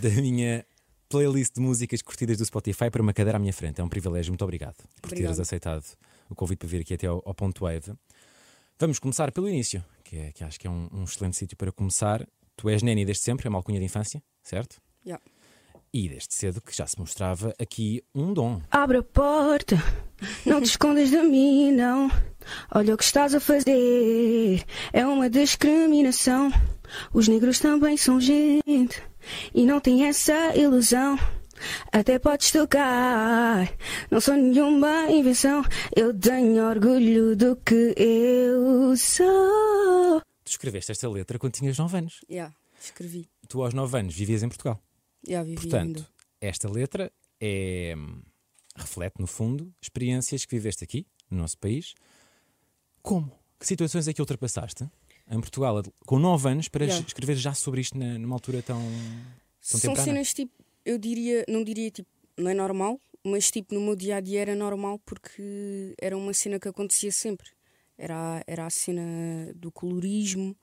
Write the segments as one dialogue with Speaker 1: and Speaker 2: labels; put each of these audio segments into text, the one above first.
Speaker 1: da minha playlist de músicas curtidas do Spotify para uma cadeira à minha frente. É um privilégio, muito obrigado por
Speaker 2: Obrigada.
Speaker 1: teres aceitado o convite para vir aqui até ao, ao ponto Wave. Vamos começar pelo início, que, é- que acho que é um, um excelente sítio para começar. Tu és neni desde sempre, é uma alcunha de infância, certo?
Speaker 2: Yeah.
Speaker 1: E desde cedo que já se mostrava aqui um dom.
Speaker 3: Abre a porta, não te escondas de mim, não. Olha o que estás a fazer, é uma discriminação. Os negros também são gente e não tem essa ilusão. Até podes tocar, não sou nenhuma invenção. Eu tenho orgulho do que eu sou.
Speaker 1: Tu escreveste esta letra quando tinhas 9 anos.
Speaker 2: Yeah, escrevi.
Speaker 1: Tu, aos 9 anos, vivias em Portugal.
Speaker 2: Yeah, vivi
Speaker 1: Portanto,
Speaker 2: ainda.
Speaker 1: esta letra é, hum, reflete, no fundo, experiências que viveste aqui, no nosso país. Como? Que situações é que ultrapassaste em Portugal com 9 anos para
Speaker 2: Yeah.
Speaker 1: escrever já sobre isto na- numa altura tão, tão
Speaker 2: São
Speaker 1: temprana?
Speaker 2: cenas tipo, eu diria, não diria tipo, não é normal, mas tipo, no meu dia a dia era normal porque era uma cena que acontecia sempre. Era, a- era a cena do colorismo,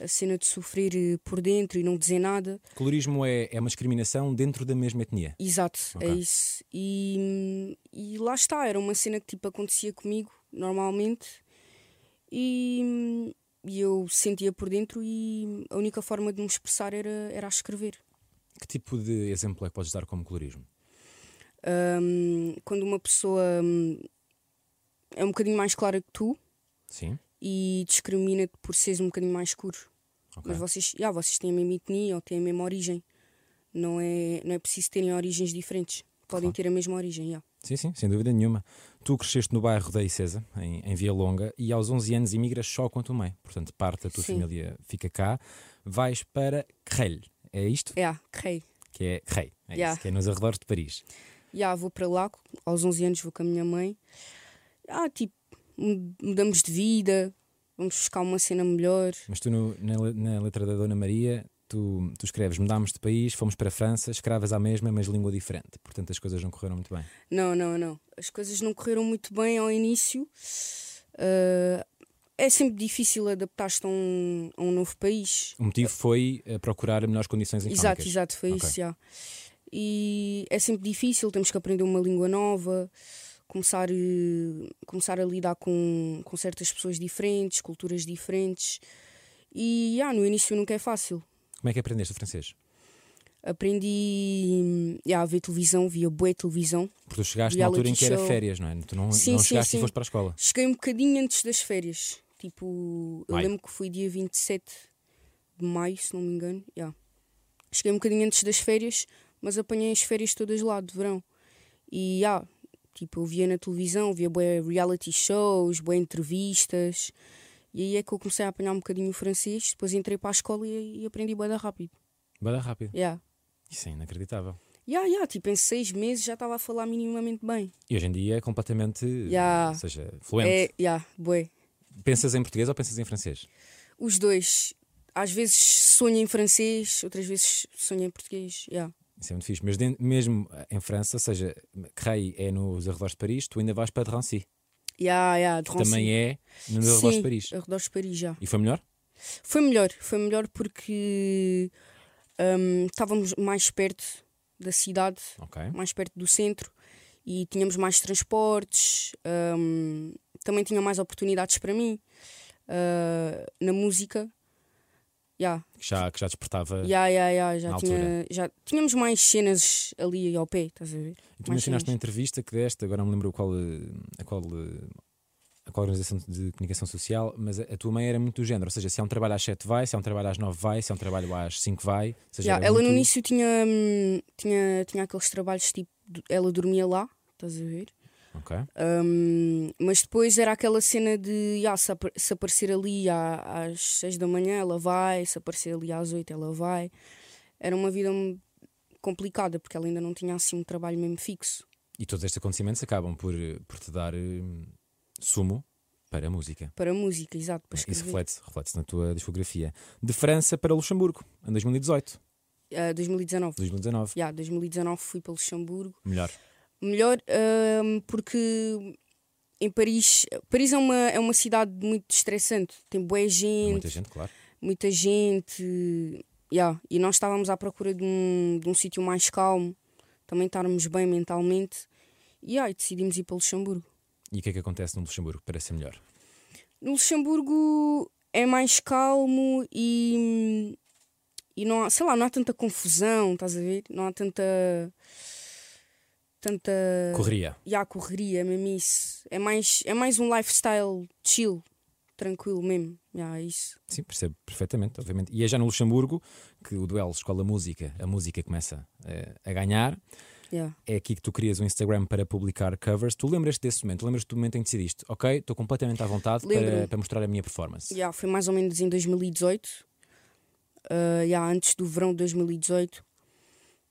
Speaker 2: a cena de sofrer eh, por dentro e não dizer nada.
Speaker 1: Colorismo é, é uma discriminação dentro da mesma etnia.
Speaker 2: Exato, é
Speaker 1: Ok.
Speaker 2: isso. E, e lá está, era uma cena que tipo acontecia comigo normalmente e, e eu sentia por dentro e a única forma de me expressar era, era a escrever.
Speaker 1: Que tipo de exemplo é que podes dar como colorismo?
Speaker 2: Hum, quando uma pessoa hum, é um bocadinho mais clara que tu
Speaker 1: Sim?
Speaker 2: e discrimina-te por seres um bocadinho mais escuro.
Speaker 1: Ok.
Speaker 2: Mas vocês, já, vocês têm a mesma etnia ou têm a mesma origem. Não é, não é preciso terem origens diferentes. Podem ter a mesma origem, já.
Speaker 1: Sim, sim, sem dúvida nenhuma. Tu cresceste no bairro da Icesa, em, em Via Longa, e aos 11 anos emigras só com a tua mãe. Portanto, parte da tua
Speaker 2: Sim.
Speaker 1: família fica cá. Vais para Crelho, é isto?
Speaker 2: É, yeah, creio.
Speaker 1: Que é Crelho, é
Speaker 2: Yeah.
Speaker 1: isso, que é nos arredores de Paris.
Speaker 2: Já vou para lá, aos 11 anos vou com a minha mãe. Ah, tipo, mu- mudamos de vida, vamos buscar uma cena melhor.
Speaker 1: Mas tu, no- na, le- na letra da Dona Maria, tu, tu escreves: mudámos de país, fomos para a França, escravas à mesma, mas língua diferente. Portanto, as coisas não correram muito bem.
Speaker 2: Não, não, não. As coisas não correram muito bem ao início. Ah, é sempre difícil adaptar-te a um, a um novo país.
Speaker 1: O motivo foi eh, procurar melhores condições em
Speaker 2: Exato, exato, foi
Speaker 1: Ok.
Speaker 2: isso, já. E é sempre difícil, temos que aprender uma língua nova, começar, eh, começar a lidar com, com certas pessoas diferentes, culturas diferentes. E já, no início nunca é fácil.
Speaker 1: Como é que aprendeste o francês?
Speaker 2: Aprendi hum, já, a ver televisão, via boa televisão.
Speaker 1: Porque tu chegaste na altura em que era
Speaker 2: Reality show.
Speaker 1: férias, não é? Tu não,
Speaker 2: Sim,
Speaker 1: não
Speaker 2: sim,
Speaker 1: chegaste
Speaker 2: sim.
Speaker 1: e foste para a escola.
Speaker 2: Cheguei um bocadinho antes das férias. Tipo, eu
Speaker 1: Maio.
Speaker 2: lembro que foi dia 27 de maio, se não me engano. Yeah. Cheguei um bocadinho antes das férias, mas apanhei as férias todas lá, de verão. E yeah, tipo, eu via na televisão, via bué reality shows, boas entrevistas. E aí é que eu comecei a apanhar um bocadinho o francês. Depois entrei para a escola e, e aprendi bué da rápido.
Speaker 1: Vai dar rápido.
Speaker 2: Yeah.
Speaker 1: Isso é inacreditável.
Speaker 2: Yeah, yeah, tipo, em seis meses já estava a falar minimamente bem.
Speaker 1: E hoje em dia é completamente.
Speaker 2: Já.
Speaker 1: Ou seja, fluente.
Speaker 2: É, yeah, bué.
Speaker 1: Pensas em português ou pensas em francês?
Speaker 2: Os dois. Às vezes sonho em francês, outras vezes sonho em português. Yeah.
Speaker 1: Isso é muito fixe. Mas den- mesmo em França, ou seja, Creil é nos arredores de Paris, tu ainda vais para Drancy,
Speaker 2: Yeah, yeah, de
Speaker 1: que também é nos arredores de Paris.
Speaker 2: Arredores de Paris, já.
Speaker 1: E foi melhor?
Speaker 2: Foi melhor, foi melhor porque hum, estávamos mais perto da cidade,
Speaker 1: Ok.
Speaker 2: mais perto do centro e tínhamos mais transportes, hum, também tinha mais oportunidades para mim ah, na música. Yeah,
Speaker 1: Que já, que já despertava.
Speaker 2: yeah, yeah, yeah, já,
Speaker 1: Na
Speaker 2: tinha, já tínhamos mais cenas ali ao pé, estás a ver?
Speaker 1: E tu
Speaker 2: mais cenas.
Speaker 1: mencionaste na entrevista que deste, agora não me lembro qual, eh, a qual, eh, a qual organização de comunicação social, mas a, a tua mãe era muito do género. Ou seja, se há um trabalho às 7 vai, se há um trabalho às 9 vai, se há um trabalho às 5 vai. Ou seja,
Speaker 2: Yeah,
Speaker 1: Então era
Speaker 2: ela no
Speaker 1: muito-
Speaker 2: início tinha, hum, tinha, tinha aqueles trabalhos tipo, do- ela dormia lá, estás a ver?
Speaker 1: Ok.
Speaker 2: Hum, mas depois era aquela cena de yeah, se, apa- se aparecer ali à- às seis da manhã ela vai, se aparecer ali às oito ela vai. era uma vida hum, complicada, porque ela ainda não tinha assim um trabalho mesmo fixo.
Speaker 1: E todos estes acontecimentos acabam por, eh, por te dar eh, sumo para a música.
Speaker 2: Para a música, exato, para
Speaker 1: Isso
Speaker 2: escrever.
Speaker 1: reflete-se reflete na tua discografia. De França para Luxemburgo, em 2018,
Speaker 2: Ah, 2019.
Speaker 1: 2019.
Speaker 2: Yeah, 2019 fui para Luxemburgo.
Speaker 1: Melhor.
Speaker 2: Melhor hum, porque em Paris. Paris é uma, é uma cidade muito estressante. Tem boa gente,
Speaker 1: Muita gente, claro.
Speaker 2: muita gente. Yeah. E nós estávamos à procura de um, de um sítio mais calmo, também estarmos bem mentalmente. Yeah, e decidimos ir para Luxemburgo.
Speaker 1: E o que é que acontece no Luxemburgo para ser melhor?
Speaker 2: No Luxemburgo é mais calmo e. E não há, sei lá, não há tanta confusão, estás a ver? Não há tanta. Tanta.
Speaker 1: Correria.
Speaker 2: e há correria, é mesmo isso. É mais, é mais um lifestyle chill, tranquilo mesmo. Yeah, é isso.
Speaker 1: Sim, percebo perfeitamente, obviamente. E é já no Luxemburgo que o duelo escola-música, a música começa eh, a ganhar.
Speaker 2: Yeah.
Speaker 1: É aqui que tu crias o Instagram para publicar covers. Tu lembras-te desse momento? Lembras-te do momento em que decidiste, ok, estou completamente à vontade para,
Speaker 2: Lembro-me.
Speaker 1: para mostrar a minha performance?
Speaker 2: Yeah, foi mais ou menos em 2018, uh, yeah, antes do verão de 2018.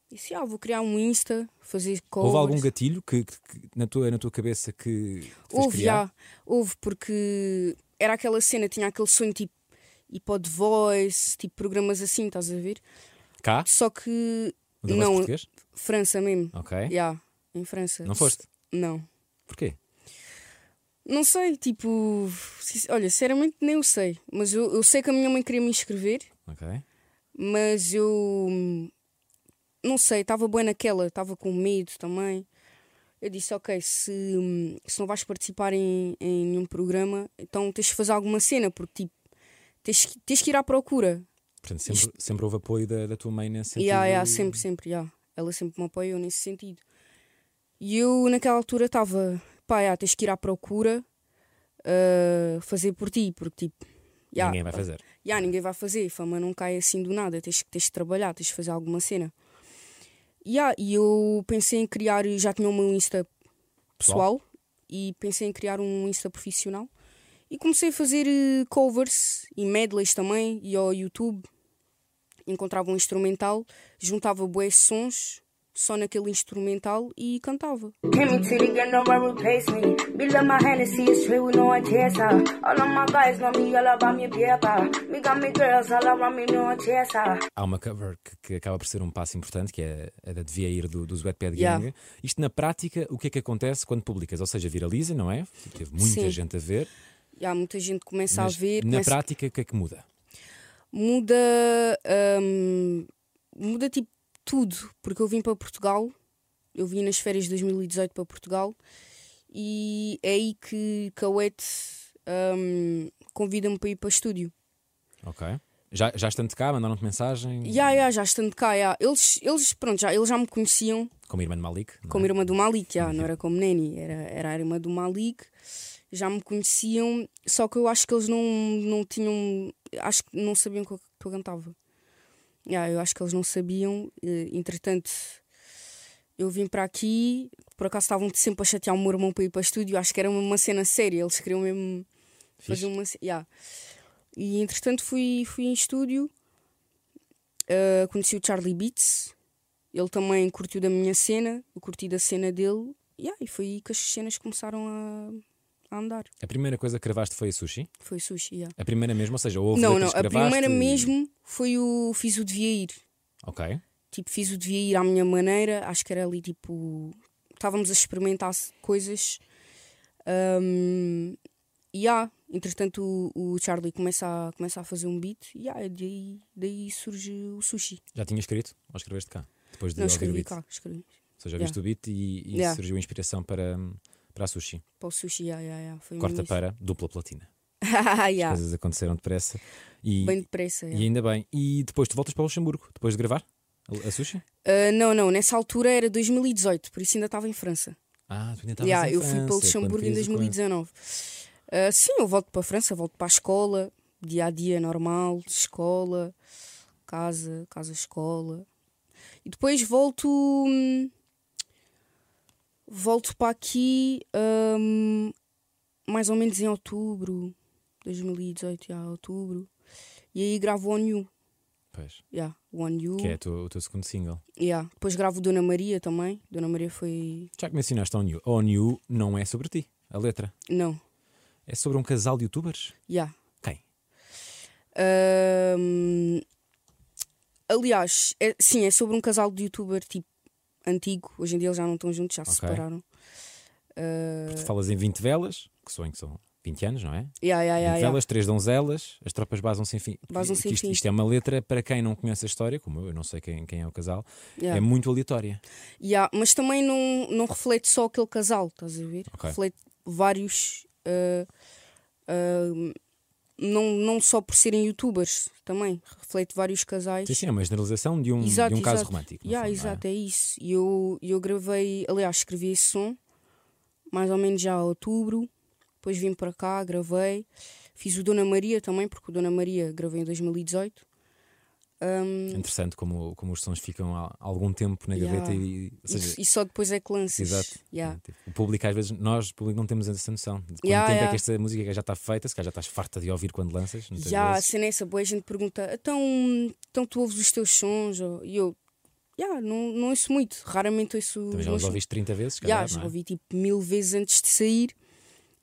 Speaker 2: Disse, ah, vou criar um Insta, fazer covers.
Speaker 1: Houve algum gatilho que, que- que na, tua, na tua cabeça que te fez
Speaker 2: Houve,
Speaker 1: criar?
Speaker 2: já. Houve, porque era aquela cena, tinha aquele sonho tipo iPod Voice, tipo programas assim, estás a ver?
Speaker 1: Cá?
Speaker 2: Só que.
Speaker 1: O Não.
Speaker 2: Não,
Speaker 1: português?
Speaker 2: França mesmo.
Speaker 1: Ok.
Speaker 2: Yeah, em França.
Speaker 1: Não foste?
Speaker 2: Não.
Speaker 1: Porquê?
Speaker 2: Não sei, tipo. sin- Olha, sinceramente nem eu sei. Mas eu, eu sei que a minha mãe queria me inscrever,
Speaker 1: Ok.
Speaker 2: mas eu. hum, Não sei, estava boa naquela, estava com medo também. Eu disse, ok, se, hum, se não vais participar em, em nenhum programa, então tens de fazer alguma cena, porque tipo, tens, que- tens que ir à procura.
Speaker 1: Portanto, sempre, sempre houve apoio da, da tua mãe nesse
Speaker 2: E
Speaker 1: sentido.
Speaker 2: yeah, yeah, sempre, sempre, yeah. ela sempre me apoiou nesse sentido. E eu naquela altura estava, pá, yeah, tens que ir à procura ah, fazer por ti, porque tipo, yeah,
Speaker 1: Ninguém vai fazer.
Speaker 2: yeah, ninguém vai fazer, fama não cai assim do nada, tens, tens de trabalhar, tens de fazer alguma cena. Yeah, e eu pensei em criar, já tinha o meu Insta pessoal e pensei em criar um Insta profissional e comecei a fazer eh, covers e medleys também e ao YouTube encontrava um instrumental, juntava bué sons só naquele instrumental e cantava.
Speaker 4: Came into the game, no one replace me. Be like my Hennessy, it's true, with no chaser. All of my guys know me, all about me paper. Me got me girls all around me, no chaser.
Speaker 1: Há uma cover que, que acaba por ser um passo importante, que é a da Devia Ir do, do Wetpad Gang.
Speaker 2: Yeah.
Speaker 1: Isto na prática, o que é que acontece quando publicas? Ou seja, viraliza, não é? Teve muita
Speaker 2: Sim.
Speaker 1: gente a ver.
Speaker 2: E há muita gente que começa
Speaker 1: mas
Speaker 2: a ver,
Speaker 1: na
Speaker 2: começa-
Speaker 1: prática, o que é que muda?
Speaker 2: muda hum, muda tipo tudo porque eu vim para Portugal eu vim nas férias de 2018 para Portugal e é aí que Cauete hum, convida-me para ir para estúdio
Speaker 1: Ok. Já, já estando cá, mandaram-te mensagem
Speaker 2: já já já estando cá já. eles eles pronto já eles já me conheciam
Speaker 1: como irmã de Malik. não é? Uhum.
Speaker 2: como irmã do Malik já, não era como Neni era era a irmã do Malik já me conheciam só que eu acho que eles não não tinham acho que não sabiam que eu, que eu cantava Yeah, eu acho que eles não sabiam. eh, Entretanto, eu vim para aqui, por acaso estavam sempre a chatear o meu irmão para ir para o estúdio, acho que era uma cena séria, eles queriam mesmo fazer uma. ce- Yeah. E entretanto fui, fui em estúdio, eh, conheci o Charlie Beats, ele também curtiu da minha cena, eu curti da cena dele, yeah, e foi aí que as cenas começaram a, a andar.
Speaker 1: A primeira coisa que gravaste foi a sushi?
Speaker 2: Foi sushi, yeah.
Speaker 1: A primeira mesmo? Ou seja, houve
Speaker 2: Não, não,
Speaker 1: letras que
Speaker 2: a
Speaker 1: gravaste
Speaker 2: primeira
Speaker 1: e-
Speaker 2: mesmo foi o Fiz o Devia Ir.
Speaker 1: Ok.
Speaker 2: Tipo, fiz o devia ir à minha maneira. Acho que era ali tipo. Estávamos a experimentar se- coisas. Hum, e há, entretanto, o, o Charlie começa a, começa a fazer um beat. E há, daí, daí surge o sushi.
Speaker 1: Já tinha escrito? Ou escreveste cá? Depois de
Speaker 2: Não,
Speaker 1: ouvir o
Speaker 2: escrevi
Speaker 1: beat.
Speaker 2: cá, escrevi.
Speaker 1: Ou seja, ouviste o beat e, e
Speaker 2: Yeah.
Speaker 1: surgiu a inspiração para, para a sushi.
Speaker 2: Para o sushi, yeah, yeah, yeah. foi
Speaker 1: Corta
Speaker 2: mesmo
Speaker 1: para dupla platina.
Speaker 2: isso.
Speaker 1: As
Speaker 2: Yeah,
Speaker 1: coisas aconteceram depressa. E,
Speaker 2: Bem depressa. é. yeah.
Speaker 1: e ainda bem. E depois tu voltas para Luxemburgo, depois de gravar a, a sushi?
Speaker 2: Ah, não, não, nessa altura era 2018, por isso ainda estava em França.
Speaker 1: Ah, tu ainda estavas
Speaker 2: Yeah,
Speaker 1: em
Speaker 2: eu fui
Speaker 1: França,
Speaker 2: para
Speaker 1: quando
Speaker 2: Luxemburgo em
Speaker 1: querias o
Speaker 2: 2019. Ah, sim, eu volto para a França, volto para a escola, dia a dia normal, escola, casa, casa, escola. E depois volto. hum, volto para aqui hum, mais ou menos em outubro, 2018, já, outubro. E aí gravo o New.
Speaker 1: Coen. Pois.
Speaker 2: Yeah, One You.
Speaker 1: Que é a tua- o teu segundo single.
Speaker 2: Yeah. Depois gravo Dona Maria também. Dona Maria foi.
Speaker 1: Já que mencionaste On You. On You não é sobre ti, a letra.
Speaker 2: Não.
Speaker 1: É sobre um casal de youtubers.
Speaker 2: Yeah.
Speaker 1: Quem?
Speaker 2: Ahm, aliás, é- sim, é sobre um casal de youtuber tipo antigo. Hoje em dia eles já não estão juntos, já se
Speaker 1: Ok.
Speaker 2: separaram. Ah,
Speaker 1: Porque tu falas em 20 velas, que sonho que são 20 anos, não é?
Speaker 2: yeah, yeah,
Speaker 1: 20
Speaker 2: yeah, yeah.
Speaker 1: velas, três donzelas, as tropas basam sem fim.
Speaker 2: Basam sem
Speaker 1: isto,
Speaker 2: fim.
Speaker 1: isto é uma letra para quem não conhece a história, como eu, eu não sei quem, quem é o casal,
Speaker 2: Yeah.
Speaker 1: é muito aleatória.
Speaker 2: Yeah, mas também não, não reflete só aquele casal, estás a ver?
Speaker 1: Ok.
Speaker 2: Reflete vários. ah, ah, não, não só por serem youtubers, também. Reflete vários casais.
Speaker 1: Sim, sim, é uma generalização de um,
Speaker 2: Exato,
Speaker 1: de um caso
Speaker 2: exato.
Speaker 1: romântico. no
Speaker 2: Yeah,
Speaker 1: fundo, não é?
Speaker 2: exato, é? isso. E eu, eu gravei, aliás, escrevi esse som mais ou menos já em outubro. Depois vim para cá, gravei. Fiz o Dona Maria também, porque o Dona Maria gravei em 2018. Ahm,
Speaker 1: Interessante como, como os sons ficam há algum tempo na
Speaker 2: Yeah.
Speaker 1: gaveta e. ou seja,
Speaker 2: e, e só depois é que lanças.
Speaker 1: Exato.
Speaker 2: Yeah.
Speaker 1: Tipo, O público, às vezes, nós, o público, não temos essa noção de quanto
Speaker 2: Yeah,
Speaker 1: tempo é
Speaker 2: yeah.
Speaker 1: que esta música já está feita, se calhar já estás farta de ouvir quando lanças. muitas
Speaker 2: Já, a
Speaker 1: vezes.
Speaker 2: cena é essa, boa, a gente pergunta, então, então tu ouves os teus sons? Ou- E eu, "Ya, não, não ouço muito, raramente ouço
Speaker 1: Também
Speaker 2: os
Speaker 1: já
Speaker 2: meus
Speaker 1: os
Speaker 2: sons.
Speaker 1: ouviste 30 vezes, se
Speaker 2: Já,
Speaker 1: calhar,
Speaker 2: já
Speaker 1: não é?
Speaker 2: ouvi tipo mil vezes antes de sair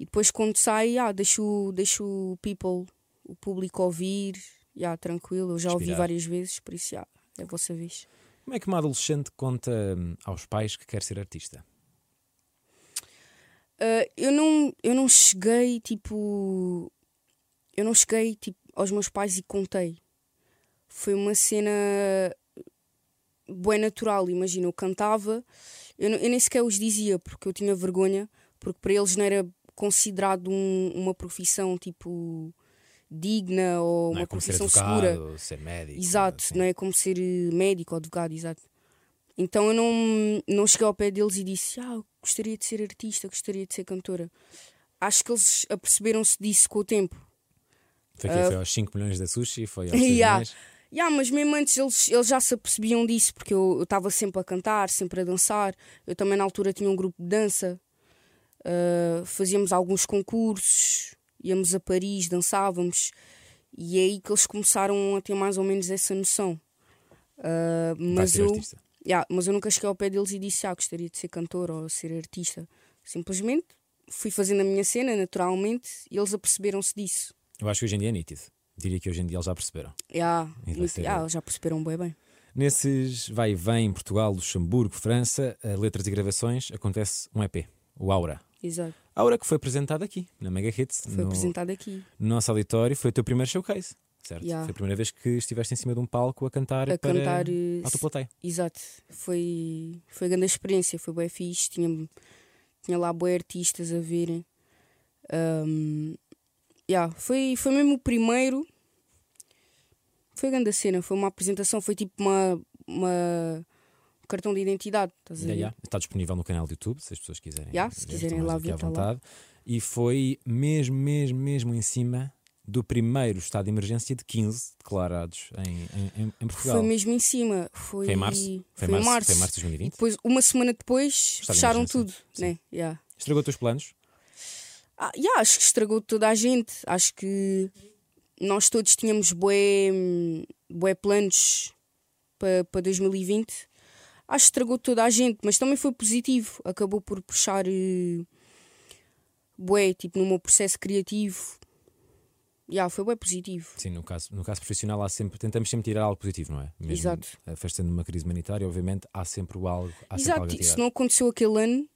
Speaker 2: e depois quando sai, ah, deixo, deixo o people, o público ouvir, já, tranquilo, eu já ouvi
Speaker 1: Respirar.
Speaker 2: várias vezes, por isso já, é a vossa vez.
Speaker 1: Como é que uma adolescente conta hum, aos pais que quer ser artista?
Speaker 2: Ah, eu, não, eu não cheguei tipo. Eu não cheguei tipo, aos meus pais e contei. Foi uma cena bem natural, imagina, eu cantava, eu, não- eu nem sequer os dizia porque eu tinha vergonha, porque para eles não era considerado um- uma profissão tipo digna ou
Speaker 1: não
Speaker 2: uma
Speaker 1: é como ser
Speaker 2: profissão
Speaker 1: advogado,
Speaker 2: segura.
Speaker 1: ser médico.
Speaker 2: Exato,
Speaker 1: assim.
Speaker 2: não é como ser eh, médico ou advogado, exato. Então eu não, não cheguei ao pé deles e disse: Ah, eu gostaria de ser artista, gostaria de ser cantora. Acho que eles aperceberam-se disso com o tempo.
Speaker 1: Foi, aqui, foi aos 5 milhões da sushi, foi aos 6
Speaker 2: Ah. Yeah.
Speaker 1: milhões.
Speaker 2: Yeah, mas mesmo antes eles, eles já se apercebiam disso, porque eu estava sempre a cantar, sempre a dançar. Eu também na altura tinha um grupo de dança, Ah, fazíamos alguns concursos, íamos a Paris, dançávamos, e é aí que eles começaram a ter mais ou menos essa noção. Ah,
Speaker 1: Vai
Speaker 2: mas
Speaker 1: ser
Speaker 2: eu,
Speaker 1: artista.
Speaker 2: Yeah, mas eu nunca cheguei ao pé deles e disse, ah, gostaria de ser cantor ou ser artista. Simplesmente fui fazendo a minha cena naturalmente e eles aperceberam-se disso.
Speaker 1: Eu acho que hoje em dia é nítido. Diria que hoje em dia eles já perceberam.
Speaker 2: Yeah,
Speaker 1: E vai
Speaker 2: muito-
Speaker 1: ser-
Speaker 2: yeah, eles já perceberam bem bem.
Speaker 1: Nesses vai e vem, Portugal, Luxemburgo, França, eh, letras e gravações, acontece um EP, o Aura.
Speaker 2: Exato.
Speaker 1: Aura que foi apresentado aqui, na Mega Hits,
Speaker 2: Foi
Speaker 1: no,
Speaker 2: apresentado aqui.
Speaker 1: no nosso auditório, foi o teu primeiro showcase, certo?
Speaker 2: Yeah.
Speaker 1: Foi a primeira vez que estiveste em cima de um palco a cantar
Speaker 2: A
Speaker 1: para
Speaker 2: cantar, eh,
Speaker 1: ao teu plateia.
Speaker 2: Exato. Foi, foi grande experiência, foi bem fixe. Tinha, tinha lá boi artistas a verem. Ahm, yeah, foi, foi mesmo o primeiro. Foi grande a cena, foi uma apresentação, foi tipo uma, uma um cartão de identidade. Estás a ver?
Speaker 1: Yeah, yeah. Está disponível no canal do YouTube, se as pessoas quiserem.
Speaker 2: Yeah, se
Speaker 1: ver,
Speaker 2: quiserem
Speaker 1: estão
Speaker 2: lá
Speaker 1: mais do que
Speaker 2: ver,
Speaker 1: à
Speaker 2: está lá.
Speaker 1: vontade. E foi mesmo, mesmo, mesmo em cima do primeiro estado de emergência de 15 declarados em, em, em- em Portugal.
Speaker 2: Foi mesmo em cima. Foi,
Speaker 1: Foi em março? Foi
Speaker 2: Foi,
Speaker 1: em
Speaker 2: em
Speaker 1: março-
Speaker 2: março.
Speaker 1: foi em março de 2020?
Speaker 2: E depois, uma semana depois,
Speaker 1: Estado de
Speaker 2: fecharam
Speaker 1: emergência.
Speaker 2: tudo.
Speaker 1: Sim.
Speaker 2: Né? Yeah.
Speaker 1: Estragou os teus planos?
Speaker 2: Ah, yeah, acho que estragou toda a gente. Acho que nós todos tínhamos bué, hum, bué planos para 2020. Acho que estragou toda a gente, mas também foi positivo. Acabou por puxar eh, bué, tipo, no meu processo criativo. Yeah, foi bué positivo.
Speaker 1: Sim, no caso, no caso profissional há sempre, tentamos sempre tirar algo positivo, não é? Mesmo
Speaker 2: Exato.
Speaker 1: Afastando uma crise humanitária, obviamente há sempre o algo, há sempre algo a
Speaker 2: exato,
Speaker 1: tirar.
Speaker 2: se não aconteceu aquele ano,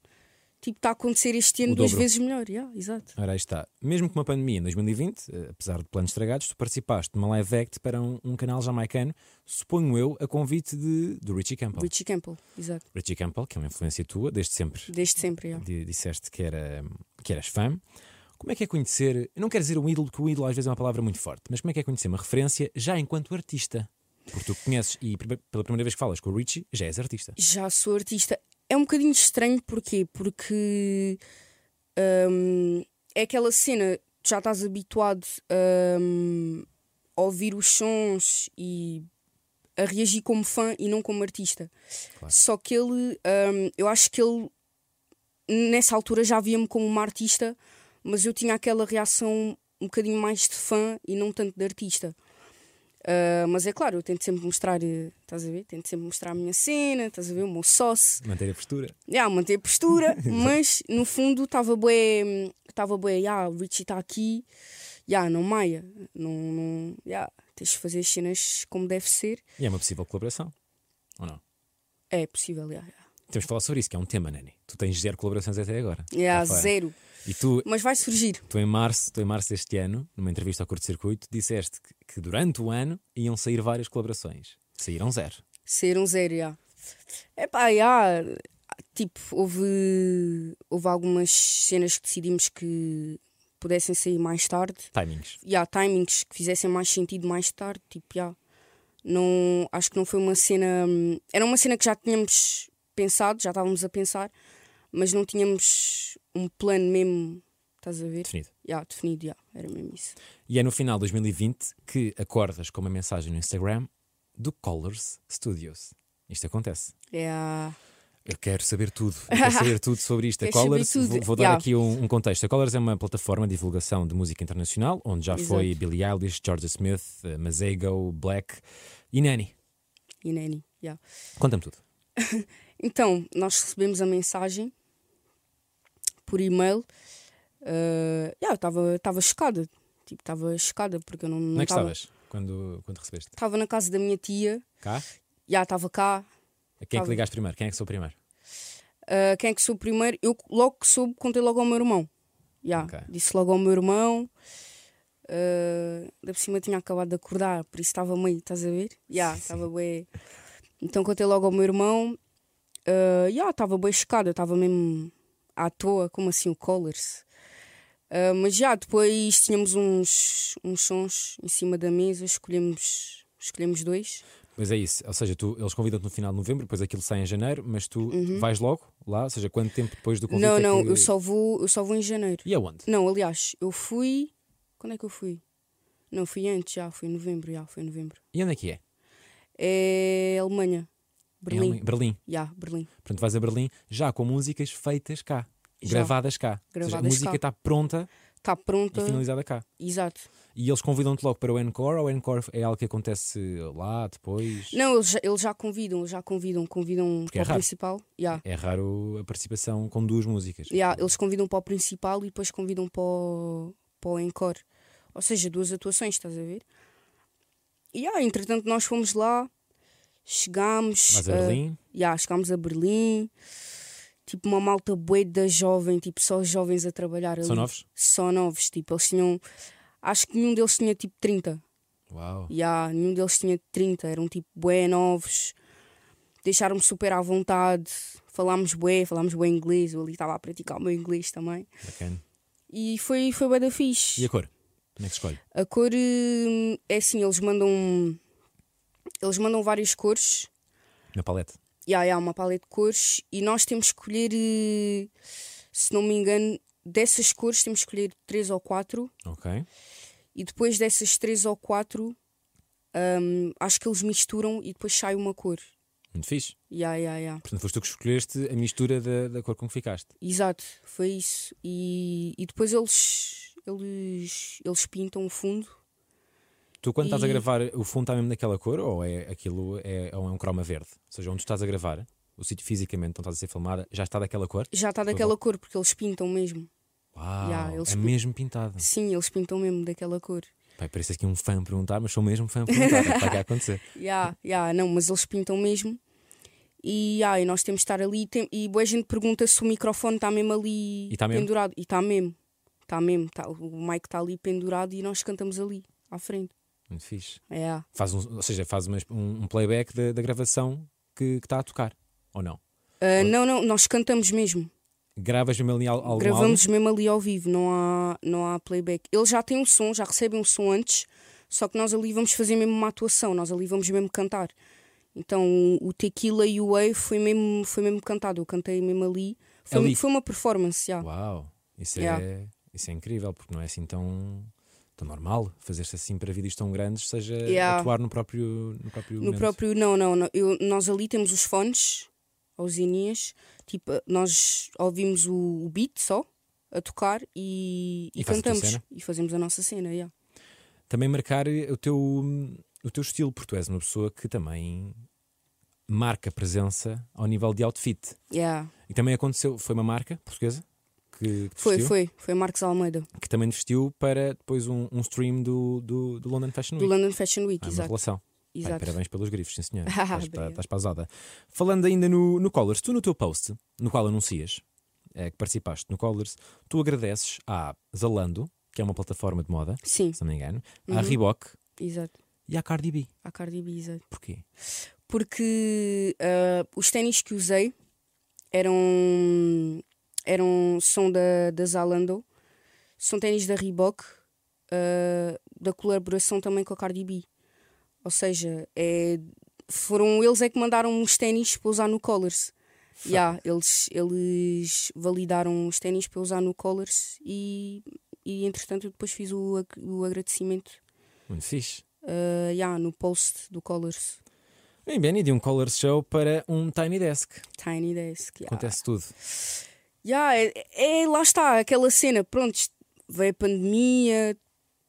Speaker 2: tipo, está a acontecer este ano
Speaker 1: O
Speaker 2: duas
Speaker 1: dobro.
Speaker 2: vezes melhor. Yeah, exato.
Speaker 1: Ora, aí está. Mesmo com uma pandemia em 2020, eh, apesar de planos estragados, tu participaste de uma live act para um, um canal jamaicano, suponho eu, a convite de, do Richie Campbell.
Speaker 2: Richie Campbell, exato.
Speaker 1: Richie Campbell, que é uma influência tua, desde sempre.
Speaker 2: Desde sempre, yeah.
Speaker 1: Di- Disseste que, era, que eras fã. Como é que é conhecer, eu não quero dizer um ídolo, porque o ídolo às vezes é uma palavra muito forte, mas como é que é conhecer uma referência já enquanto artista? Porque tu conheces e prime- pela primeira vez que falas com o Richie, já és artista.
Speaker 2: Já sou artista. É um bocadinho estranho, porquê? Porque hum, é aquela cena, já estás habituado hum, a ouvir os sons e a reagir como fã e não como artista.
Speaker 1: Claro.
Speaker 2: Só que ele, hum, eu acho que ele, nessa altura, já via-me como uma artista, mas eu tinha aquela reação um bocadinho mais de fã e não tanto de artista. Ah, mas é claro, eu tento sempre mostrar, eh, estás a ver? Tento sempre mostrar a minha cena, estás a ver? O meu sócio.
Speaker 1: Manter a postura.
Speaker 2: Yeah, manter a postura, mas no fundo estava bué, estava bué, yeah, o Richie está aqui, yeah, não maia, não, não, yeah, tens de fazer as cenas como deve ser.
Speaker 1: E é uma possível colaboração. Ou não?
Speaker 2: É possível, yeah, yeah.
Speaker 1: Temos de falar sobre isso, que é um tema, Nani. Tu tens zero colaborações até agora.
Speaker 2: Yeah,
Speaker 1: Cá fora.
Speaker 2: É zero.
Speaker 1: E tu,
Speaker 2: Mas vai surgir.
Speaker 1: tu em, março, tu, em março deste ano, numa entrevista ao curto-circuito, disseste que, que durante o ano iam sair várias colaborações. Saíram zero.
Speaker 2: Ser um zero, já. É pá, já. Tipo, houve, houve algumas cenas que decidimos que pudessem sair mais tarde.
Speaker 1: Timings.
Speaker 2: E há timings que fizessem mais sentido mais tarde. Tipo, já. Não, acho que não foi uma cena. hum, Era uma cena que já tínhamos pensado, já estávamos a pensar, mas não tínhamos um plano mesmo. Estás a ver?
Speaker 1: Definido.
Speaker 2: Já, definido, já. Era mesmo isso.
Speaker 1: E é no final de 2020 que acordas com uma mensagem no Instagram do Colors Studios. Isto acontece.
Speaker 2: É a.
Speaker 1: Eu quero saber tudo. Eu quero saber tudo sobre isto. A
Speaker 2: Queres saber
Speaker 1: Colors,
Speaker 2: tudo?
Speaker 1: vou, vou dar
Speaker 2: Yeah.
Speaker 1: aqui um, um contexto. A Colors é uma plataforma de divulgação de música internacional, onde já foi Billie Eilish, Georgia Smith, eh, Masego, Black e Nani.
Speaker 2: E Nani, já.
Speaker 1: Conta-me tudo.
Speaker 2: Então, nós recebemos a mensagem por e-mail. Ah, yeah, eu estava estava chocada. Tipo, estava chocada porque eu não
Speaker 1: Onde
Speaker 2: não
Speaker 1: é que
Speaker 2: estava.
Speaker 1: estavas quando, quando recebeste?
Speaker 2: Estava na casa da minha tia,
Speaker 1: Cá?
Speaker 2: já estava cá.
Speaker 1: A quem é que
Speaker 2: Estava.
Speaker 1: ligaste primeiro? Quem é que sou primeiro?
Speaker 2: Ah, quem é que soube primeiro? Eu logo que soube, contei logo ao meu irmão. Yeah,
Speaker 1: Ok.
Speaker 2: Disse logo ao meu irmão. Ah, da por cima tinha acabado de acordar, por isso estava meio, estás a ver? Yeah, estava bem. Então contei logo ao meu irmão. Ah, yeah, estava bem chocada, estava mesmo à toa, como assim o Colors? Ah, mas já depois tínhamos uns, uns sons em cima da mesa, escolhemos, escolhemos dois.
Speaker 1: Pois é isso. Ou seja, tu, eles convidam-te no final de novembro, depois aquilo sai em janeiro, mas tu vais logo lá? Ou seja, quanto tempo depois do convite?
Speaker 2: não,
Speaker 1: é
Speaker 2: não,
Speaker 1: que...
Speaker 2: eu só vou, eu só vou em janeiro.
Speaker 1: E aonde?
Speaker 2: Não, aliás, eu fui. Quando é que eu fui? Não, fui antes já, fui em novembro, já, fui em novembro.
Speaker 1: E onde é que é?
Speaker 2: É Alemanha.
Speaker 1: Em
Speaker 2: Berlim.
Speaker 1: Alemanha- Berlim.
Speaker 2: Já, Berlim.
Speaker 1: Portanto, vais a Berlim já com músicas feitas cá,
Speaker 2: Já.
Speaker 1: gravadas cá. Ou seja, a
Speaker 2: Gravadas
Speaker 1: música
Speaker 2: cá.
Speaker 1: está pronta
Speaker 2: Está
Speaker 1: e
Speaker 2: pronta.
Speaker 1: finalizada cá.
Speaker 2: Exato.
Speaker 1: E eles convidam-te logo para o Encore, ou o Encore é algo que acontece lá depois?
Speaker 2: Não, eles já, eles já convidam, eles já convidam, convidam
Speaker 1: é
Speaker 2: para o
Speaker 1: raro.
Speaker 2: principal. Já.
Speaker 1: É raro a participação com duas músicas.
Speaker 2: Já, eles convidam para o principal e depois convidam para o, para o encore. Ou seja, duas atuações, estás a ver? E já, entretanto, nós fomos lá, chegámos.
Speaker 1: Vais a
Speaker 2: ah,
Speaker 1: Berlim,
Speaker 2: Ya, chegámos a Berlim, tipo uma malta boeda jovem, tipo só jovens a trabalhar ali.
Speaker 1: são novos?
Speaker 2: Só novos, tipo, eles tinham. Acho que nenhum deles tinha tipo 30.
Speaker 1: Uau.
Speaker 2: Ya, nenhum deles tinha 30, eram tipo bué novos, deixaram-me super à vontade, falámos bué, falámos bué inglês, eu ali estava a praticar o meu inglês também.
Speaker 1: Bacana.
Speaker 2: E foi, foi bué da fixe.
Speaker 1: E a cor? Como é que escolhe?
Speaker 2: A cor hum, é assim, eles mandam. Eles mandam várias cores.
Speaker 1: Na palete.
Speaker 2: e há uma paleta de cores e nós temos que escolher, eh, se não me engano, dessas cores temos que escolher três ou quatro
Speaker 1: Ok.
Speaker 2: e depois dessas três ou quatro hum, acho que eles misturam e depois sai uma cor.
Speaker 1: Muito fixe.
Speaker 2: Ya, ya, ya.
Speaker 1: Portanto, foste tu que escolheste a mistura da, da cor com que ficaste.
Speaker 2: Exato, foi isso. E, e depois eles, eles, eles pintam o fundo.
Speaker 1: Tu, quando estás a
Speaker 2: E-
Speaker 1: gravar, o fundo está mesmo naquela cor ou é aquilo é, ou é um croma verde? Ou seja, onde tu estás a gravar, o sítio fisicamente onde estás a ser filmada, já está daquela cor?
Speaker 2: Já está daquela cor porque eles pintam mesmo.
Speaker 1: Uau,
Speaker 2: Yeah, eles
Speaker 1: é
Speaker 2: pi-
Speaker 1: mesmo pintado.
Speaker 2: Sim, eles pintam mesmo daquela cor.
Speaker 1: Pai, parece aqui um fã a perguntar, mas sou mesmo fã a perguntar. é o que está aqui a acontecer.
Speaker 2: Ya, ya, não, mas eles pintam mesmo. E, ya, e nós temos de estar ali. e tem- e boa gente pergunta se o microfone está mesmo ali
Speaker 1: E tá mesmo?
Speaker 2: pendurado. E está mesmo. Está mesmo. tá- o mic está ali pendurado e nós cantamos ali, à frente.
Speaker 1: Muito fixe.
Speaker 2: É, ya.
Speaker 1: Faz um, ou seja, faz uma- um, um playback da, da gravação que que está a tocar, ou não?
Speaker 2: Ah, não, não, nós cantamos mesmo.
Speaker 1: Gravas mesmo ali al- algum
Speaker 2: Gravamos
Speaker 1: áudio?
Speaker 2: mesmo ali ao vivo, não há, não há playback. Eles já têm um som, já recebem um som antes, só que nós ali vamos fazer mesmo uma atuação, nós ali vamos mesmo cantar. Então o Tequila e o Wave foi mesmo, foi mesmo cantado, eu cantei mesmo ali. Foi,
Speaker 1: Ali?
Speaker 2: foi uma performance, já.
Speaker 1: Uau, isso, é,
Speaker 2: Yeah.
Speaker 1: isso é incrível, porque não é assim tão, tão normal fazer-se assim para vídeos tão grandes, seja
Speaker 2: Yeah.
Speaker 1: atuar no próprio no próprio,
Speaker 2: No
Speaker 1: momento.
Speaker 2: próprio, não, não, não. Eu- nós ali temos os fones, os ininhas, tipo, nós ouvimos o, o beat só a tocar e, e
Speaker 1: E fazes a tua
Speaker 2: cantamos
Speaker 1: cena?
Speaker 2: e fazemos a nossa cena, yeah.
Speaker 1: Também marcar eh, o teu, o teu estilo, porque tu és uma pessoa que também marca presença ao nível de outfit.
Speaker 2: Yeah.
Speaker 1: E também aconteceu, foi uma marca portuguesa que, que te
Speaker 2: Foi,
Speaker 1: vestiu,
Speaker 2: foi. Foi Marcos Almeida,
Speaker 1: que também te vestiu para depois um, um stream do, do, do London Fashion
Speaker 2: do
Speaker 1: Week.
Speaker 2: London Fashion Week,
Speaker 1: Ah, uma
Speaker 2: exato.
Speaker 1: relação. Ai,
Speaker 2: exato.
Speaker 1: parabéns pelos grifos, sim senhor.
Speaker 2: Ah,
Speaker 1: estás,
Speaker 2: obrigada.
Speaker 1: estás pausada. Falando ainda no, no Collars, tu no teu post, no qual anuncias eh, que participaste no Collars, tu agradeces à Zalando, que é uma plataforma de moda,
Speaker 2: Sim,
Speaker 1: se não me engano,
Speaker 2: Uhum.
Speaker 1: à Reebok
Speaker 2: exato.
Speaker 1: e à Cardi B.
Speaker 2: A Cardi B, exato.
Speaker 1: Porquê?
Speaker 2: porque ah, os ténis que usei eram, eram são da, da Zalando, são ténis da Reebok, ah, da colaboração também com a Cardi B. Ou seja, é- foram eles é que mandaram os ténis para usar no Colors. Yeah, eles, eles validaram os ténis para usar no Colors e, e entretanto eu depois fiz o, ag- o agradecimento
Speaker 1: Muito fixe.
Speaker 2: ah, yeah, no post do Colors.
Speaker 1: Bem, bem, e de um Collars show para um Tiny Desk.
Speaker 2: Tiny Desk. yeah.
Speaker 1: Acontece tudo.
Speaker 2: Ya, é, é- lá está, aquela cena, pronto, isto- veio a pandemia,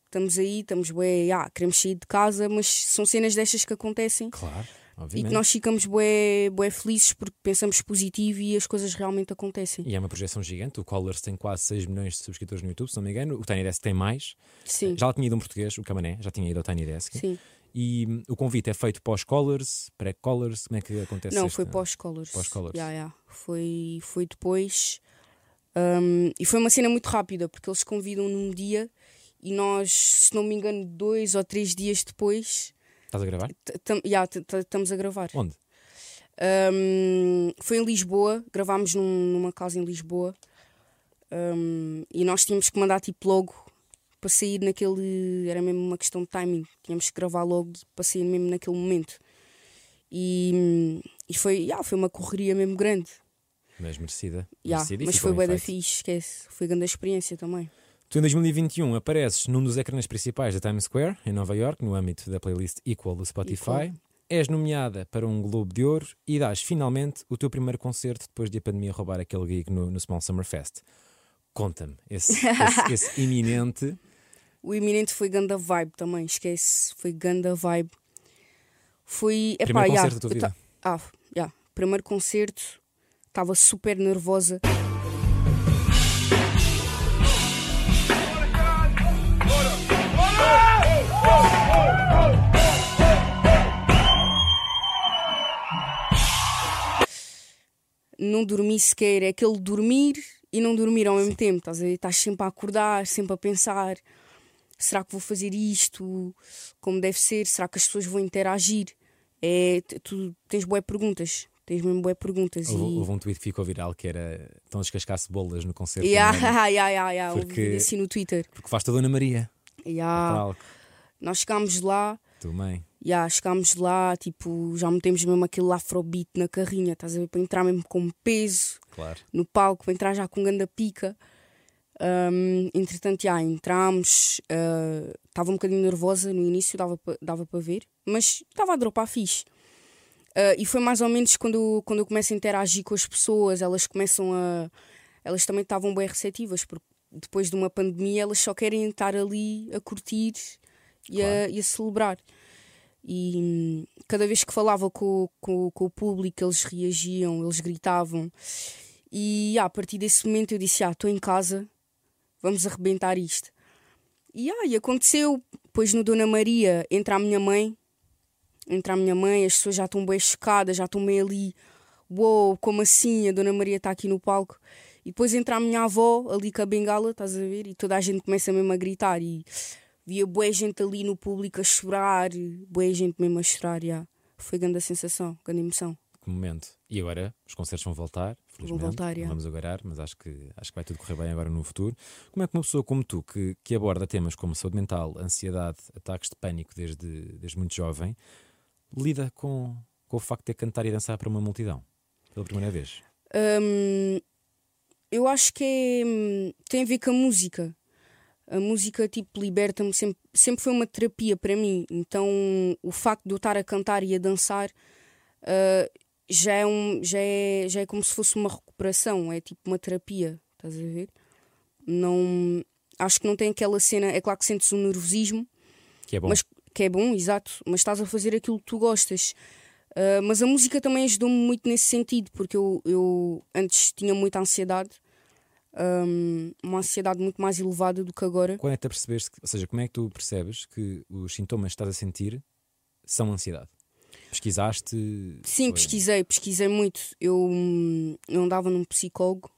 Speaker 2: estamos aí, estamos bué, ya, queremos sair de casa, mas são cenas destas que acontecem
Speaker 1: Claro,
Speaker 2: e
Speaker 1: obviamente.
Speaker 2: que nós ficamos bué, bué felizes porque pensamos positivo e as coisas realmente acontecem.
Speaker 1: E é uma projeção gigante. O Collars tem quase 6 milhões de subscritores no YouTube, se não me engano. O Tiny Desk tem mais.
Speaker 2: Sim,
Speaker 1: Já lá tinha ido um português, o Camané, já tinha ido ao Tiny Desk.
Speaker 2: sim.
Speaker 1: E hum, o convite é feito pós-Collars, pré-Collars, como é que acontece
Speaker 2: Não,
Speaker 1: este-
Speaker 2: foi pós-colors.
Speaker 1: Pós-Colors.
Speaker 2: Ya, ya. Foi, foi depois. hum, e foi uma cena muito rápida, porque eles convidam num dia e nós, se não me engano, dois ou três dias depois,
Speaker 1: Estás a gravar?
Speaker 2: estamos a gravar.
Speaker 1: Onde?
Speaker 2: Um, foi em Lisboa, gravámos num- numa casa em Lisboa Um, e nós tínhamos que mandar tipo logo para sair naquele. Era mesmo uma questão de timing, tínhamos que gravar logo para sair mesmo naquele momento. E, e foi, yeah, foi uma correria mesmo grande.
Speaker 1: Mas merecida.
Speaker 2: Yeah,
Speaker 1: merecida e
Speaker 2: mas
Speaker 1: ficou
Speaker 2: foi
Speaker 1: bem
Speaker 2: bué da
Speaker 1: é feito.
Speaker 2: fixe, esquece. Foi grande a experiência também.
Speaker 1: Tu em 2021 apareces num dos ecrãs principais da Times Square, em Nova York, no âmbito da playlist Equal do Spotify. És nomeada para um Globo de Ouro e dás finalmente o teu primeiro concerto depois de a pandemia roubar aquele gig no, no Small Summer Fest. Conta-me esse, esse, esse iminente.
Speaker 2: O iminente foi ganda vibe também, esquece. Foi ganda vibe. Foi. Epá,
Speaker 1: Primeiro
Speaker 2: yeah,
Speaker 1: concerto da tua
Speaker 2: eu ta-
Speaker 1: vida.
Speaker 2: Ah, yeah. Primeiro concerto, estava super nervosa. Não dormi sequer, é aquele dormir e não dormir ao mesmo tempo. Estás a ver? Estás sempre a acordar, sempre a pensar: será que vou fazer isto? Como deve ser? Será que as pessoas vão interagir? É, t- tu tens boé perguntas, tens mesmo boé perguntas. e...
Speaker 1: Houve, houve um tweet que ficou viral que era estão a descascar cebolas no concerto.
Speaker 2: Yeah,
Speaker 1: não é?
Speaker 2: yeah, yeah, yeah. Ouvi
Speaker 1: Porque- Ah, tá.
Speaker 2: assim no Twitter.
Speaker 1: Porque faz a Dona Maria.
Speaker 2: Yeah.
Speaker 1: Tal,
Speaker 2: Nós chegámos lá,
Speaker 1: tu mãe.
Speaker 2: yeah, chegámos lá, tipo, já metemos mesmo aquele afrobeat na carrinha, estás a ver? Para entrar mesmo com peso
Speaker 1: Claro.
Speaker 2: no palco, para entrar já com ganda pica. Um, entretanto, já entramos, ah, estava um bocadinho nervosa no início, dava para dava para ver, mas estava a dropar fixe. Ah, e foi mais ou menos quando, eu- quando eu começo a interagir com as pessoas, elas começam a. Elas também estavam bem receptivas, porque depois de uma pandemia elas só querem estar ali a curtir e, a,
Speaker 1: Claro.
Speaker 2: e a celebrar. E hum, cada vez que falava com, o- com, o- com o público, eles reagiam, eles gritavam. E ah, a partir desse momento eu disse: Ah, estou em casa, vamos arrebentar isto. E, ah, e aconteceu. Depois no Dona Maria entra a minha mãe, entra a minha mãe, as pessoas já estão bem chocadas, já estão meio ali, uou, como assim? A Dona Maria está aqui no palco. E depois entra a minha avó ali com a bengala, estás a ver? E toda a gente começa mesmo a gritar. E via boa gente ali no público a chorar, boa gente mesmo a chorar. já. Foi grande a sensação, grande emoção.
Speaker 1: Que momento. E agora os concertos vão voltar. Felizmente.
Speaker 2: voltar,
Speaker 1: Não
Speaker 2: já.
Speaker 1: Vamos aguardar, mas acho que, acho que vai tudo correr bem agora no futuro. Como é que uma pessoa como tu, que, que aborda temas como saúde mental, ansiedade, ataques de pânico desde, desde muito jovem, lida com, com o facto de ter que cantar e dançar para uma multidão pela primeira vez?
Speaker 2: Hum, eu acho que é, hum, tem a ver com a música. A música, tipo, liberta-me. Sempre, sempre foi uma terapia para mim. Então, o facto de eu estar a cantar e a dançar ah, já, é um, já, é, já é como se fosse uma recuperação. É tipo uma terapia. Estás a ver? Não, acho que não tem aquela cena. É claro que sentes um nervosismo,
Speaker 1: Que é bom.
Speaker 2: mas que é bom, exato, mas estás a fazer aquilo que tu gostas. Ah, mas a música também ajudou-me muito nesse sentido, porque eu, eu antes tinha muita ansiedade, ahm, uma ansiedade muito mais elevada do que agora.
Speaker 1: Quando é que te apercebeste, que- ou seja, como é que tu percebes que os sintomas que estás a sentir são ansiedade? Pesquisaste?
Speaker 2: Sim,
Speaker 1: Foi-
Speaker 2: pesquisei, pesquisei muito. Eu, hum, eu andava num psicólogo,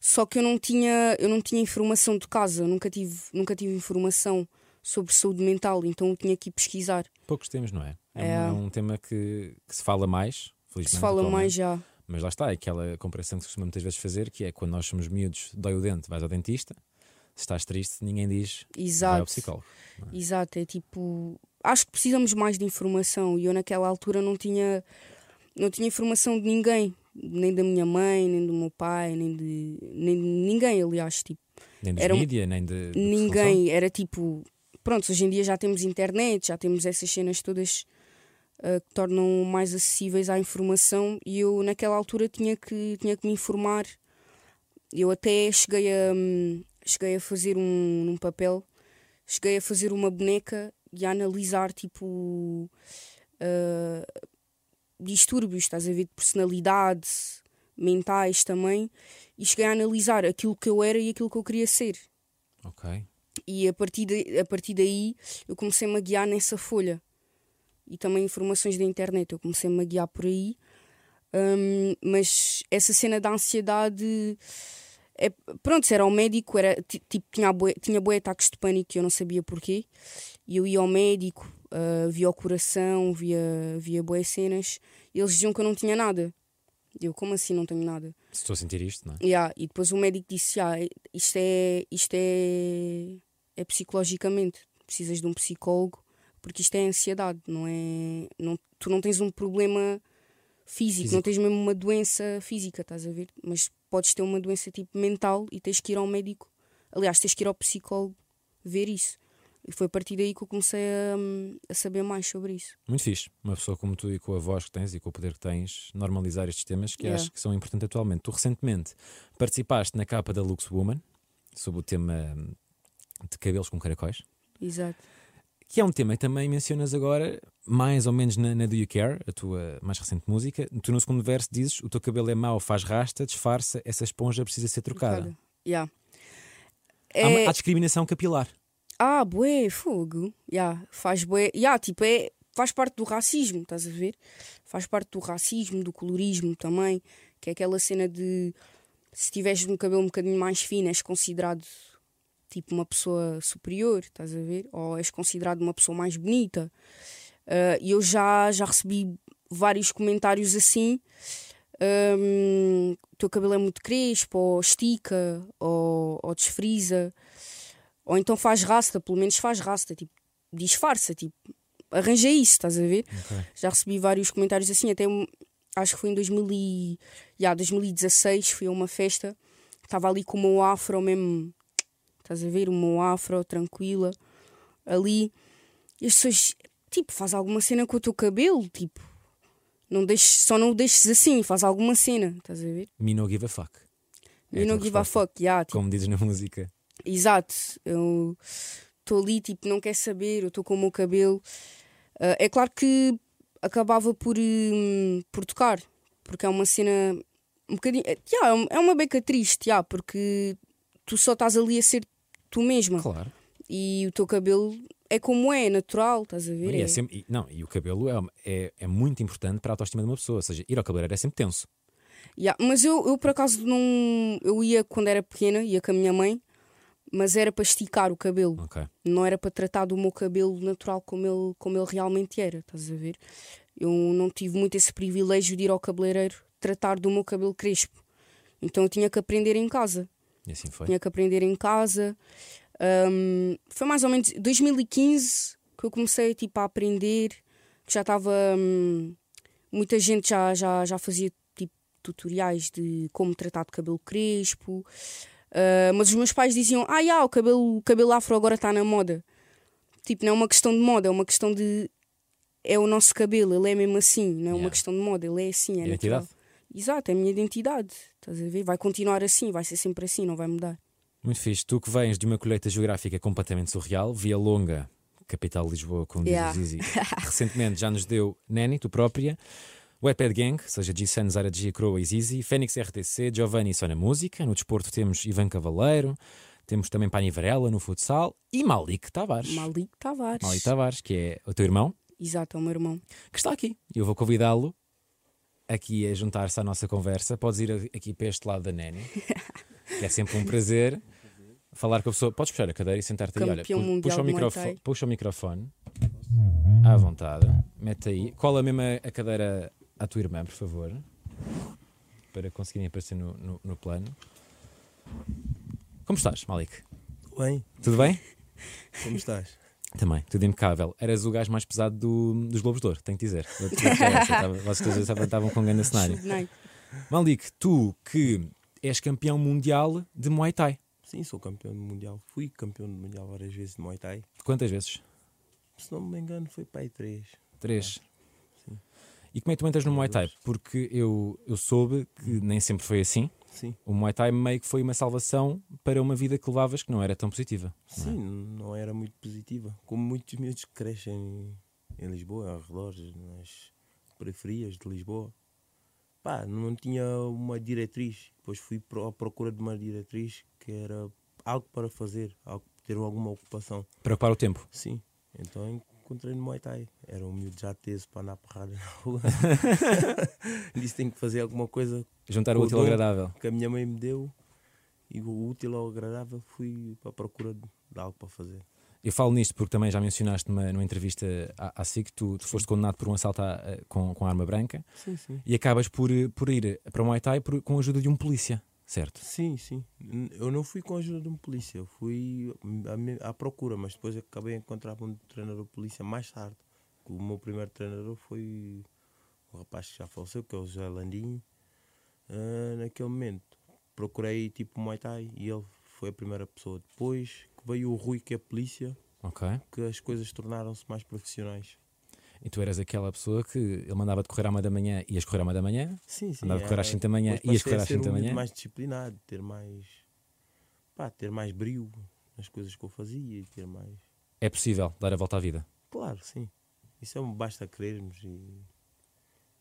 Speaker 2: só que eu não tinha, eu não tinha informação de casa, nunca tive, nunca tive informação sobre saúde mental, então eu tinha que ir pesquisar.
Speaker 1: Poucos temas, não é? É,
Speaker 2: É.
Speaker 1: Um, é um tema que, que se fala mais, felizmente.
Speaker 2: Se fala mais
Speaker 1: atualmente.
Speaker 2: já.
Speaker 1: Mas lá está, é aquela comparação que se costuma muitas vezes fazer, que é quando nós somos miúdos, dói o dente, vais ao dentista. Se estás triste, ninguém diz vai ao
Speaker 2: Exato.
Speaker 1: psicólogo.
Speaker 2: Exato, é tipo. Acho que precisamos mais de informação e eu naquela altura não tinha, não tinha informação de ninguém, nem da minha mãe, nem do meu pai, nem de, nem de ninguém, aliás. Tipo,
Speaker 1: Nem dos
Speaker 2: Era um-
Speaker 1: mídia, nem de. de
Speaker 2: ninguém era tipo pronto hoje em dia já temos internet já temos essas cenas todas ah, que tornam mais acessíveis à informação e eu naquela altura tinha que tinha que me informar eu até cheguei a hum, cheguei a fazer um num papel cheguei a fazer uma boneca e a analisar tipo ah, distúrbios estás a ver de personalidade mentais também e cheguei a analisar aquilo que eu era e aquilo que eu queria ser
Speaker 1: função. Ok.
Speaker 2: e a partir, de- a partir daí eu comecei-me a guiar nessa folha. E também informações da internet, eu comecei-me a guiar por aí. Hum, mas essa cena da ansiedade. É, pronto, era ao médico, era, ti- tipo, tinha, bué, tinha bué ataques de pânico que eu não sabia porquê. E eu ia ao médico, ah, via o coração, via, via bué cenas. E eles diziam que eu não tinha nada. Eu, como assim não tenho nada?
Speaker 1: Se estou a sentir isto, não é?
Speaker 2: Yeah, e depois o médico disse: "Ya, isto, é, isto é, é psicologicamente. Precisas de um psicólogo porque isto é ansiedade, não é? Não, tu não tens um problema físico,
Speaker 1: Físico.
Speaker 2: não tens mesmo uma doença física, estás a ver? Mas podes ter uma doença tipo mental e tens que ir ao médico. Aliás, tens que ir ao psicólogo ver isso. E foi a partir daí que eu comecei a, a saber mais sobre isso.
Speaker 1: Muito fixe. Uma pessoa como tu e com a voz que tens e com o poder que tens, normalizar estes temas que
Speaker 2: Yeah.
Speaker 1: acho que são importantes atualmente. Tu recentemente participaste na capa da Lux Woman, sob o tema hum, de cabelos com caracóis,
Speaker 2: Exato.
Speaker 1: que é um tema que também mencionas agora, mais ou menos na, na Do You Care, a tua mais recente música. Tu no segundo verso dizes: O teu cabelo é mau, faz rasta, disfarça, essa esponja precisa ser trocada.
Speaker 2: Yeah.
Speaker 1: Há, uma-
Speaker 2: É-
Speaker 1: há discriminação capilar.
Speaker 2: Ah, bué, fogo. Ya, faz bué. Ya, tipo, é, faz parte do racismo, estás a ver? Faz parte do racismo, do colorismo também, que é aquela cena de se tiveres um cabelo um bocadinho mais fino, és considerado tipo uma pessoa superior, estás a ver? Ou és considerado uma pessoa mais bonita. Ah, E eu já, já recebi vários comentários assim. hum, teu cabelo é muito crespo, ou estica, ou, ou desfrisa. Ou então faz rasta, pelo menos faz rasta, tipo, disfarça, tipo, arranja isso, estás a ver? Já recebi vários comentários assim, até um- acho que foi em 2000 e, já, 2016, fui a uma festa, estava ali com o meu afro mesmo, estás a ver? O meu afro, tranquila, ali, e as pessoas, tipo, faz alguma cena com o teu cabelo, tipo, não deixes, só não o deixes assim, faz alguma cena, estás a ver?
Speaker 1: Me no give a fuck. É
Speaker 2: e não
Speaker 1: tua
Speaker 2: give a
Speaker 1: resposta.
Speaker 2: fuck, yeah, tipo,
Speaker 1: Como dizes na música.
Speaker 2: Exato. Eu estou ali, tipo, não quer saber, eu estou com o meu cabelo. Ah, é claro que acabava por, hum, por tocar, porque é uma cena um bocadinho. é- yeah, é um- é uma beca triste, yeah, porque tu só estás ali a ser tu mesma
Speaker 1: Claro.
Speaker 2: e o teu cabelo é como é, é natural, estás a ver?
Speaker 1: E é
Speaker 2: É-
Speaker 1: sempre- e- não, e o cabelo é, uma- é, é muito importante para a autoestima de uma pessoa. Ou seja, ir ao cabeleireiro é sempre tenso.
Speaker 2: Ya, Mas eu, eu, por acaso, não. Eu ia quando era pequena, ia com a minha mãe, mas era para esticar o cabelo.
Speaker 1: Ok.
Speaker 2: não era para tratar do meu cabelo natural como ele, como ele realmente era, estás a ver? Eu não tive muito esse privilégio de ir ao cabeleireiro tratar do meu cabelo crespo. Então eu tinha que aprender em casa.
Speaker 1: E assim foi.
Speaker 2: Tinha que aprender em casa. Ahm, foi mais ou menos 2015 que eu comecei tipo, a aprender, que já estava. hum, muita gente já, já, já fazia tipo, tutoriais de como tratar de cabelo crespo. Ah, mas os meus pais diziam: Ah, já, o cabelo, o cabelo afro agora está na moda. Tipo, não é uma questão de moda, é uma questão de. É o nosso cabelo, ele é mesmo assim, não é
Speaker 1: Yeah.
Speaker 2: uma questão de moda, ele é assim, é
Speaker 1: Identidade.
Speaker 2: natural. Exato, é a minha identidade. Estás a ver? Vai continuar assim, vai ser sempre assim, não vai mudar.
Speaker 1: Muito fixe. Tu que vens de uma colheita geográfica completamente surreal, Via Longa, Capital de Lisboa, com diz
Speaker 2: Yeah.
Speaker 1: o Zizi. Recentemente já nos deu Nanny, tu própria, Wetpad Gang, ou seja, G-Suns, Ara G, Croa e Zizi, Fênix RTC, Giovanni e Só na Música. No desporto temos Ivan Cavaleiro, temos também Pani Varela no futsal e Malik Tavares.
Speaker 2: Malik Tavares.
Speaker 1: Malik Tavares, que é o teu irmão,
Speaker 2: Exato, é o meu irmão.
Speaker 1: que está aqui. Eu vou convidá-lo aqui a juntar-se à nossa conversa. Podes ir a- aqui para este lado da Nanny, que é sempre um prazer falar com a pessoa. Podes puxar a cadeira e sentar-te aí. Olha,
Speaker 2: Campeão
Speaker 1: pu-
Speaker 2: mundial
Speaker 1: puxa, o
Speaker 2: de Muay
Speaker 1: microfone,
Speaker 2: Thai.
Speaker 1: puxa o microfone à vontade, mete aí. Cola mesmo a- a cadeira à tua irmã, por favor, para conseguirem aparecer no, no- no plano. Como estás, Malik?
Speaker 5: Bem,
Speaker 1: Tudo bem?
Speaker 5: como estás?
Speaker 1: Também, tudo impecável. Eras o gajo mais pesado do- dos Globos de Ouro, tenho que dizer. Eu- eu- eu- estava- Vocês dois estavam- estavam com um grande cenário.
Speaker 2: Subnei.
Speaker 1: Malik, tu que és campeão mundial de Muay Thai.
Speaker 5: Sim, sou campeão do mundial. Fui campeão do mundial várias vezes de Muay Thai.
Speaker 1: Quantas vezes?
Speaker 5: Se não me engano, foi pai 3.
Speaker 1: Três. E como é que tu entras no Muay Thai? Porque eu, eu soube que nem sempre foi assim.
Speaker 5: Sim.
Speaker 1: O Muay Thai meio que foi uma salvação para uma vida que levavas que não era tão positiva.
Speaker 5: Sim, não era muito positiva. Como muitos miúdos que crescem em Lisboa, ao redor, nas periferias de Lisboa. Pá, não tinha uma diretriz. Depois fui pro- à procura de uma diretriz que era algo para fazer, algo, ter alguma ocupação.
Speaker 1: Para ocupar o tempo.
Speaker 5: Sim. Então encontrei no Muay Thai. Era um miúdo já teso para andar porrada na rua. Disse tenho que fazer alguma coisa
Speaker 1: Juntar o
Speaker 5: Com o
Speaker 1: útil ao
Speaker 5: dom.
Speaker 1: agradável.
Speaker 5: que a minha mãe me deu e o útil ao agradável fui para a procura de de algo para fazer.
Speaker 1: Eu falo nisto porque também já mencionaste numa, numa entrevista à, à SIC que tu, tu foste condenado por um assalto à- a- com, com arma branca
Speaker 5: Sim, sim.
Speaker 1: e acabas por, eh, por ir para o Muay Thai por- com a ajuda de um polícia, certo?
Speaker 5: Sim, sim. N- Eu não fui com a ajuda de um polícia, eu fui à me- à procura, mas depois acabei a encontrar um treinador de polícia mais tarde. O meu primeiro treinador foi o rapaz que já faleceu, que é o José Landinho. Ah, naquele momento procurei tipo Muay Thai e ele foi a primeira pessoa. Depois que veio o Rui, que é polícia,
Speaker 1: Ok.
Speaker 5: que as coisas tornaram-se mais profissionais.
Speaker 1: E tu eras aquela pessoa que ele mandava-te correr à uma da manhã, ias correr à uma da manhã,
Speaker 5: Sim, sim.
Speaker 1: Andava a correr às
Speaker 5: é.
Speaker 1: cinco da manhã,
Speaker 5: Depois
Speaker 1: ias correr
Speaker 5: passei a
Speaker 1: às
Speaker 5: ser
Speaker 1: cinco da
Speaker 5: um miúdo
Speaker 1: manhã?
Speaker 5: mais disciplinado, ter mais. pá, ter mais brilho nas coisas que eu fazia e ter mais.
Speaker 1: é possível dar a volta à vida.
Speaker 5: Claro, sim. Isso é um basta querermos e.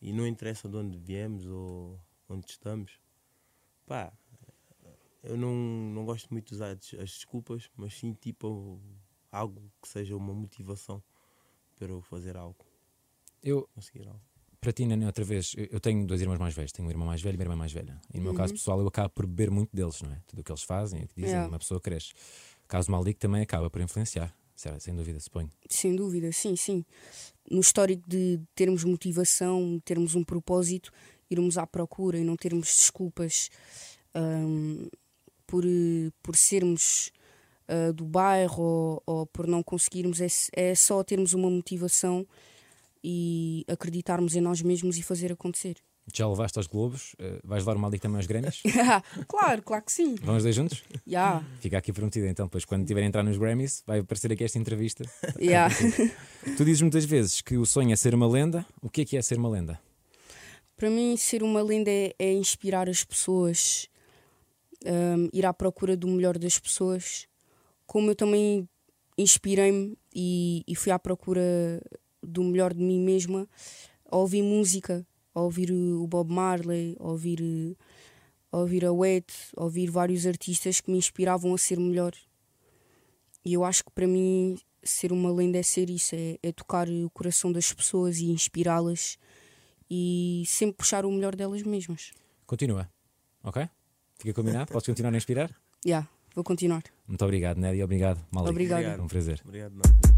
Speaker 5: e não interessa de onde viemos ou onde estamos. Pá, eu não, não gosto muito de usar des- as desculpas, mas sim tipo algo que seja uma motivação para eu fazer algo,
Speaker 1: Eu,
Speaker 5: conseguir algo.
Speaker 1: para ti, Nani, outra vez, eu eu tenho dois irmãos mais velhos, tenho um irmão mais velho e uma irmã mais velha. E no meu caso pessoal, eu acabo por beber muito deles, não é? Tudo o que eles fazem, o que dizem,
Speaker 2: Yeah.
Speaker 1: uma pessoa cresce. O caso do Malik também acaba por influenciar, certo? sem dúvida, suponho.
Speaker 2: Sem dúvida, sim, sim. No histórico de termos motivação, termos um propósito, irmos à procura e não termos desculpas hum, por, eh, por sermos ah, do bairro ou, ou por não conseguirmos, é, s- é só termos uma motivação e acreditarmos em nós mesmos e fazer acontecer.
Speaker 1: Já levaste aos Globos, eh, vais levar o Malik também aos Grêmios?
Speaker 2: claro, claro que sim.
Speaker 1: Vão os dois juntos?
Speaker 2: Yeah,
Speaker 1: Fica aqui prometido então, depois quando tiver a entrar nos Grammys, vai aparecer aqui esta entrevista.
Speaker 2: yeah.
Speaker 1: tu dizes muitas vezes que o sonho é ser uma lenda. O que é que é ser uma lenda?
Speaker 2: Para mim, ser uma lenda é, é inspirar as pessoas, hum, ir à procura do melhor das pessoas. Como eu também inspirei-me e, e fui à procura do melhor de mim mesma, a ouvir música, a ouvir eh, o Bob Marley, a ouvir, eh, a ouvir a Wet, a ouvir vários artistas que me inspiravam a ser melhor. E eu acho que para mim ser uma lenda é ser isso, é, é tocar o coração das pessoas e inspirá-las e sempre puxar o melhor delas mesmas.
Speaker 1: Continua, ok? Fica combinado? Podes continuar a inspirar?
Speaker 2: Já, vou continuar.
Speaker 1: Muito obrigado, Nédia. Obrigado, Malik.
Speaker 2: Obrigada.
Speaker 1: Um prazer.
Speaker 5: Obrigado, Nádia.